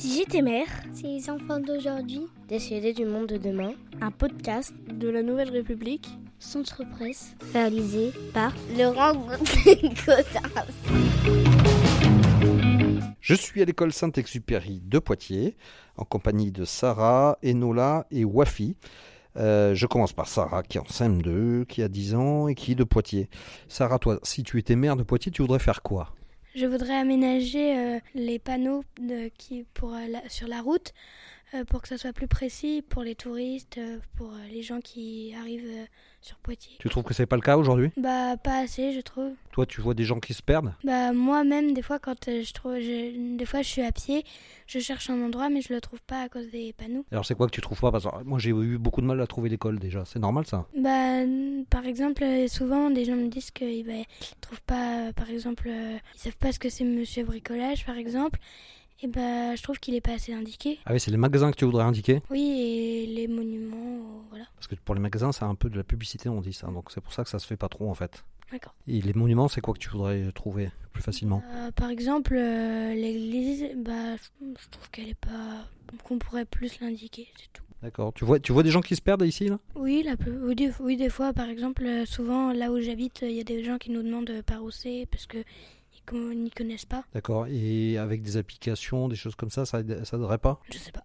Minute et Mère, C'est les enfants d'aujourd'hui, Décédés du monde de demain, un podcast de la Nouvelle République, Centre Presse, réalisé par Laurent Gaudin. Je suis à l'école Saint-Exupéry de Poitiers, en compagnie de Sarah, Enola et Wafi. Euh, je commence par Sarah, qui est en CM2, qui a 10 ans et qui est de Poitiers. Sarah, toi, si tu étais maire de Poitiers, tu voudrais faire quoi Je voudrais aménager euh, les panneaux de- qui, pour, euh, la- sur la route euh, pour que ça soit plus précis pour les touristes, euh, pour euh, les gens qui arrivent euh, sur Poitiers. Tu trouves que c'est pas le cas aujourd'hui Bah pas assez je trouve. Toi, tu vois des gens qui se perdent Bah moi-même des fois quand euh, je trouve, je- des fois je suis à pied, je cherche un endroit mais je le trouve pas à cause des panneaux. Alors, c'est quoi que tu trouves pas Parce que euh, moi, j'ai eu beaucoup de mal à trouver l'école déjà. C'est normal ça Bah n- par exemple euh, souvent des gens me disent qu'ils bah, ils trouvent pas euh, par exemple euh, ils savent pas ce que c'est Monsieur Bricolage par exemple. Et bah je trouve qu'il est pas assez indiqué. Ah oui, c'est les magasins que tu voudrais indiquer Oui, et les monuments, euh, voilà. Parce que pour les magasins, c'est un peu de la publicité, on dit ça. Donc, c'est pour ça que ça se fait pas trop en fait. D'accord. Et les monuments, c'est quoi que tu voudrais trouver plus facilement Euh, par exemple, euh, l'église, bah, je je trouve qu'elle est pas. qu'on pourrait plus l'indiquer, c'est tout. D'accord. Tu vois, tu vois des gens qui se perdent ici là Oui, la plus- oui, des, oui, des fois, par exemple, euh, souvent, là où j'habite, il y a des gens qui nous demandent euh, par où c'est parce que ils con- n'y connaissent pas. D'accord. Et avec des applications, des choses comme ça, ça ne devrait pas Je sais pas.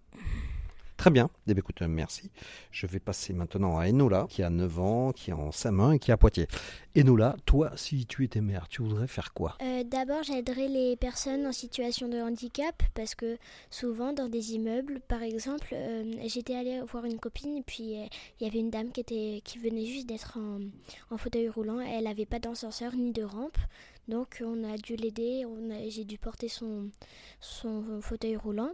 Très bien. Eh bien, écoute, euh, merci. Je vais passer maintenant à Enola, qui a 9 ans, qui est en sa main et qui est à Poitiers. Enola, toi, si tu étais mère, tu voudrais faire quoi Euh, D'abord, j'aiderai les personnes en situation de handicap parce que souvent dans des immeubles, par exemple, euh, j'étais allée voir une copine, puis euh, il y avait une dame qui, était, qui venait juste d'être en, en fauteuil roulant. Elle n'avait pas d'ascenseur ni de rampe, donc on a dû l'aider. on a- J'ai dû porter son, son fauteuil roulant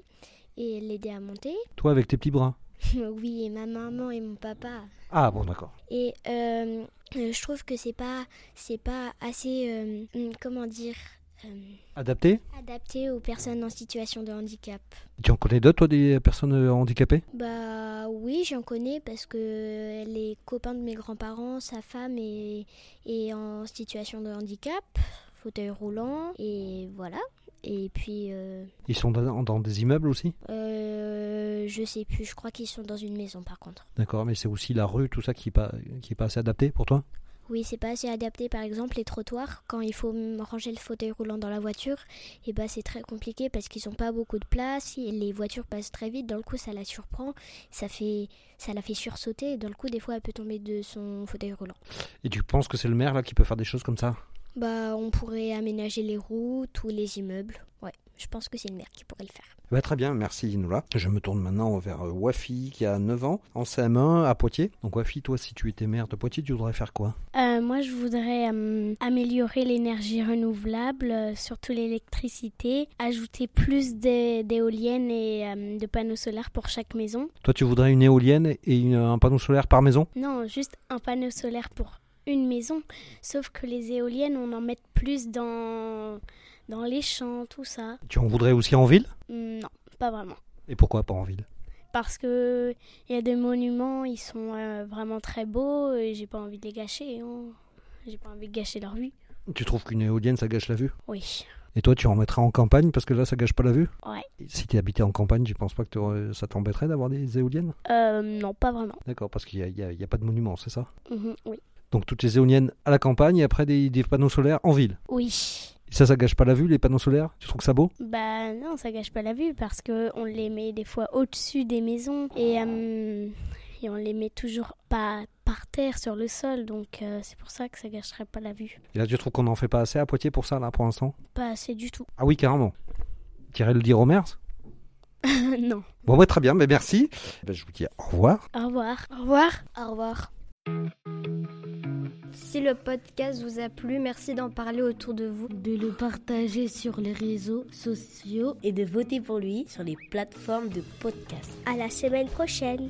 et l'aider à monter. Toi, avec tes petits bras oui, et ma maman et mon papa. Ah bon, d'accord. Et euh, euh, je trouve que c'est pas c'est pas assez euh, hum, comment dire euh, Adapté adapté aux personnes en situation de handicap. Tu en connais d'autres, toi, des personnes euh, handicapées Bah oui, j'en connais parce que les copains de mes grands-parents, sa femme est, est en situation de handicap, fauteuil roulant et voilà. Et puis euh, Ils sont dans, dans des immeubles aussi euh, je sais plus, je crois qu'ils sont dans une maison par contre. D'accord, mais c'est aussi la rue, tout ça, qui n'est pas, qui est pas assez adapté pour toi Oui, c'est pas assez adapté. Par exemple, les trottoirs, quand il faut mm, ranger le fauteuil roulant dans la voiture, et ben c'est très compliqué parce qu'ils ont pas beaucoup de place. et les voitures passent très vite, dans le coup, ça la surprend, ça fait, ça la fait sursauter. Et dans le coup, des fois, elle peut tomber de son fauteuil roulant. Et tu penses que c'est le maire, là, qui peut faire des choses comme ça Bah, on pourrait aménager les routes ou les immeubles. Ouais, je pense que c'est le maire qui pourrait le faire. Bah, très bien, merci Inoula. Je me tourne maintenant vers euh, Wafi qui a 9 ans, en CM1 à Poitiers. Donc Wafi, toi si tu étais maire de Poitiers, tu voudrais faire quoi moi, je voudrais euh, améliorer l'énergie renouvelable, euh, surtout l'électricité, ajouter plus d'é- d'éoliennes et euh, de panneaux solaires pour chaque maison. Toi tu voudrais une éolienne et une- un panneau solaire par maison Non, juste un panneau solaire pour une maison, sauf que les éoliennes, on en met plus dans, dans les champs, tout ça. Tu en voudrais aussi en ville Hmm, Non, pas vraiment. Et pourquoi pas en ville Parce que il y a des monuments, ils sont euh, vraiment très beaux et j'ai pas envie de les gâcher. hein. J'ai pas envie de gâcher leur vie. Tu trouves qu'une éolienne ça gâche la vue Oui. Et toi tu en mettras en campagne parce que là ça gâche pas la vue Ouais. Et Si tu habitais en campagne, tu penses pas que t'aurais- ça t'embêterait d'avoir des éoliennes Euh, non, pas vraiment. D'accord, parce qu'il n'y a, il y a pas de monument, c'est ça Mhm, oui. Donc toutes les éoliennes à la campagne et après des, des panneaux solaires en ville. Oui. Et ça ça gâche pas la vue les panneaux solaires Tu trouves ça beau Bah non, ça gâche pas la vue parce que on les met des fois au-dessus des maisons et, euh, et on les met toujours pas par terre sur le sol, donc euh, c'est pour ça que ça gâcherait pas la vue. Et là tu trouves qu'on n'en fait pas assez à Poitiers pour ça là pour l'instant Pas assez du tout. Ah oui, carrément. Tirer le dire au maire non. Bon, ouais, très bien, mais merci. Ben, je vous dis au revoir. Au revoir. Au revoir. Au revoir. Si le podcast vous a plu, merci d'en parler autour de vous. de le partager sur les réseaux sociaux et de voter pour lui sur les plateformes de podcast. À la semaine prochaine.